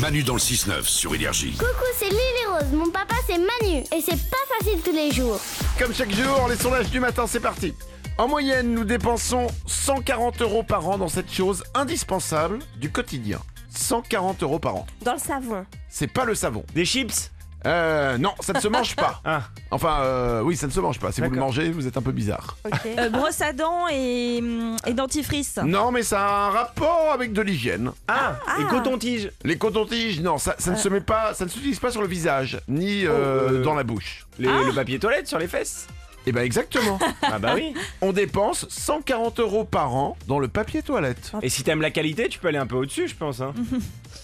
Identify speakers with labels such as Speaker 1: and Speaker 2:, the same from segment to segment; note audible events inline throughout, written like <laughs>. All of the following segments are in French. Speaker 1: Manu dans le 6-9 sur Énergie.
Speaker 2: Coucou, c'est Lily Rose. Mon papa, c'est Manu. Et c'est pas facile tous les jours.
Speaker 3: Comme chaque jour, les sondages du matin, c'est parti. En moyenne, nous dépensons 140 euros par an dans cette chose indispensable du quotidien. 140 euros par an.
Speaker 4: Dans le savon.
Speaker 3: C'est pas le savon.
Speaker 5: Des chips
Speaker 3: Euh, non, ça ne se mange pas.
Speaker 5: <laughs> Ah.
Speaker 3: Enfin, euh, oui, ça ne se mange pas. Si vous le
Speaker 5: D'accord.
Speaker 3: mangez, vous êtes un peu bizarre.
Speaker 4: Ok.
Speaker 6: Euh, brosse à dents et, hum, et dentifrice.
Speaker 3: Non, mais ça a un rapport avec de l'hygiène.
Speaker 5: Ah, Et coton-tige
Speaker 3: Les cotons-tiges, non, ça, ça ne se met pas, ça ne s'utilise pas sur le visage, ni euh,
Speaker 5: euh.
Speaker 3: dans la bouche.
Speaker 5: Les- Le papier toilette sur les fesses
Speaker 3: Eh ben
Speaker 5: <laughs>
Speaker 3: exactement.
Speaker 5: Ah bah oui
Speaker 3: On dépense 140 euros par an dans le papier toilette.
Speaker 5: Et si t'aimes la qualité, tu peux aller un peu au-dessus, je pense. <laughs> hein.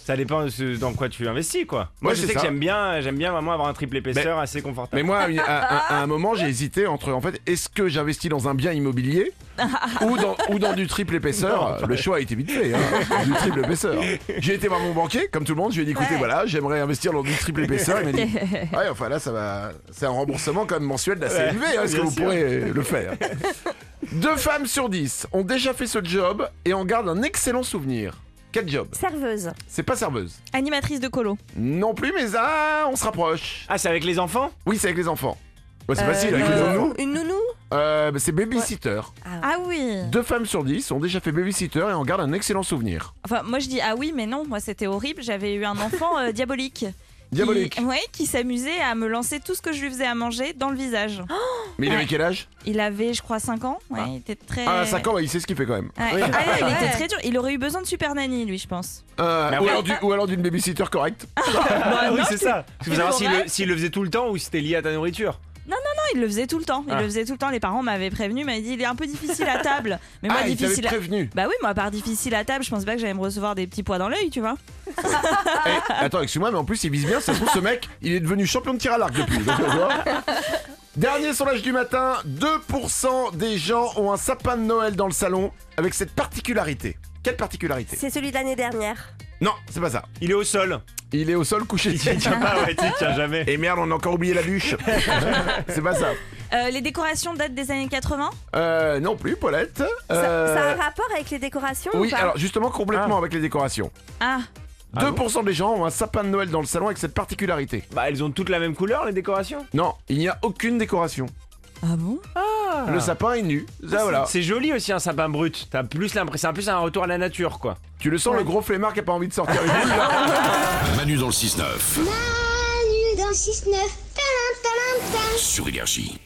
Speaker 5: ça dépend de ce- dans quoi tu investis, quoi. Moi,
Speaker 3: Ouais,
Speaker 5: je
Speaker 3: c'est
Speaker 5: sais que
Speaker 3: ça.
Speaker 5: j'aime bien, j'aime bien vraiment avoir un triple épaisseur assez
Speaker 3: Mais
Speaker 5: confortable.
Speaker 3: moi, à, une- à- à- à un moment, j'ai hésité entre, en fait, est-ce que j'investis dans un bien
Speaker 5: <laughs>
Speaker 3: immobilier ou dans, ou dans du triple épaisseur Le choix a été vite fait,
Speaker 5: <laughs>
Speaker 3: hein, du triple épaisseur. J'ai été voir mon banquier, comme tout le monde, je lui ai dit, écoutez,
Speaker 6: Ouais.
Speaker 3: voilà, j'aimerais investir dans du triple épaisseur. Il m'a
Speaker 5: <laughs>
Speaker 3: dit, ouais, enfin là, ça va, c'est un remboursement quand même mensuel d'assez
Speaker 5: Ouais,
Speaker 3: élevé, hein, est-ce que
Speaker 5: bien
Speaker 3: vous
Speaker 5: sûr.
Speaker 3: pourrez le faire Deux femmes sur dix ont déjà fait ce job et en gardent un excellent souvenir. Quel job
Speaker 4: <laughs> Serveuse.
Speaker 3: C'est pas serveuse.
Speaker 6: Animatrice de colo.
Speaker 3: Non plus, mais ah, on se rapproche.
Speaker 5: Ah, c'est avec les enfants
Speaker 3: Oui, c'est avec les enfants. Ouais, c'est
Speaker 4: Euh,
Speaker 3: facile, avec
Speaker 4: une-
Speaker 3: les enfants.
Speaker 4: Une nounou
Speaker 3: Euh, bah, c'est babysitter.
Speaker 6: Ah oui.
Speaker 3: Deux femmes sur dix ont déjà fait babysitter et en gardent un excellent souvenir.
Speaker 6: Enfin, moi je dis ah oui, mais non, moi c'était horrible. J'avais eu un enfant euh, diabolique.
Speaker 3: Diabolique.
Speaker 6: Qui, ouais, qui s'amusait à me lancer tout ce que je lui faisais à manger dans le visage.
Speaker 3: Mais il avait quel âge
Speaker 6: Il avait, je crois, 5 ans. Ouais, il était très.
Speaker 3: Ah, 5 ans, bah, il sait ce qu'il fait quand même.
Speaker 6: Ouais.
Speaker 5: Oui.
Speaker 6: Ah, il
Speaker 4: Ouais.
Speaker 6: était très dur. Il aurait eu besoin de super nanny, lui, je pense.
Speaker 3: Euh,
Speaker 5: Mais
Speaker 3: ou
Speaker 5: après-
Speaker 3: alors du- ou alors d'une babysitter correcte.
Speaker 5: Ah oui, c'est ça. Parce que
Speaker 6: tu
Speaker 5: faut savoir
Speaker 6: l'auras
Speaker 5: s'il le, s'il le faisait tout le temps ou si c'était lié à ta nourriture.
Speaker 6: Non, il le faisait tout le temps. Il
Speaker 5: Ah.
Speaker 6: le faisait tout le temps. Les parents m'avaient prévenu, m'avaient dit il est un peu difficile à table. Mais moi,
Speaker 3: ah, il t'avait
Speaker 6: difficile. à...
Speaker 3: prévenu.
Speaker 6: Bah oui, moi, par difficile à table, je pense pas que j'allais me recevoir des petits pois dans l'œil, tu vois. Ah.
Speaker 3: Eh, attends, excuse-moi, mais en plus, il vise bien. Ça se trouve, ce mec, il est devenu champion de tir à l'arc depuis. Donc, tu vois.
Speaker 6: <laughs>
Speaker 3: Dernier sondage du matin 2% des gens ont un sapin de Noël dans le salon avec cette particularité. Quelle particularité
Speaker 4: C'est celui de l'année dernière.
Speaker 3: Non, c'est pas ça.
Speaker 5: Il est au <laughs> sol.
Speaker 3: Il est au sol couché.
Speaker 5: Il tient pas, ouais, tu tiens jamais.
Speaker 3: <laughs> Et merde, on a encore oublié la bûche. <laughs> c'est pas ça.
Speaker 6: Euh, les décorations datent des années 80.
Speaker 3: Euh, non plus, Paulette.
Speaker 4: Ça,
Speaker 3: Euh,
Speaker 4: ça a un rapport avec les décorations ou
Speaker 3: oui,
Speaker 4: pas
Speaker 3: alors justement, complètement avec les décorations.
Speaker 6: Ah,
Speaker 5: Ah
Speaker 3: 2% des gens ont un sapin de Noël dans le salon avec cette particularité.
Speaker 5: Bah, elles ont toutes la même couleur, les décorations
Speaker 3: Non, il n'y a aucune décoration.
Speaker 6: ah bon
Speaker 3: Le sapin est nu. Ça, voilà.
Speaker 5: C'est joli aussi un sapin brut. T'as plus l'impression, c'est plus un retour à la nature, quoi.
Speaker 3: Tu le sens, le gros flemmard qui a pas envie de sortir. une boule, là.
Speaker 1: Manu dans le 6-9
Speaker 2: Manu dans 6-9. Talin, talin, talin.
Speaker 1: sur Énergie.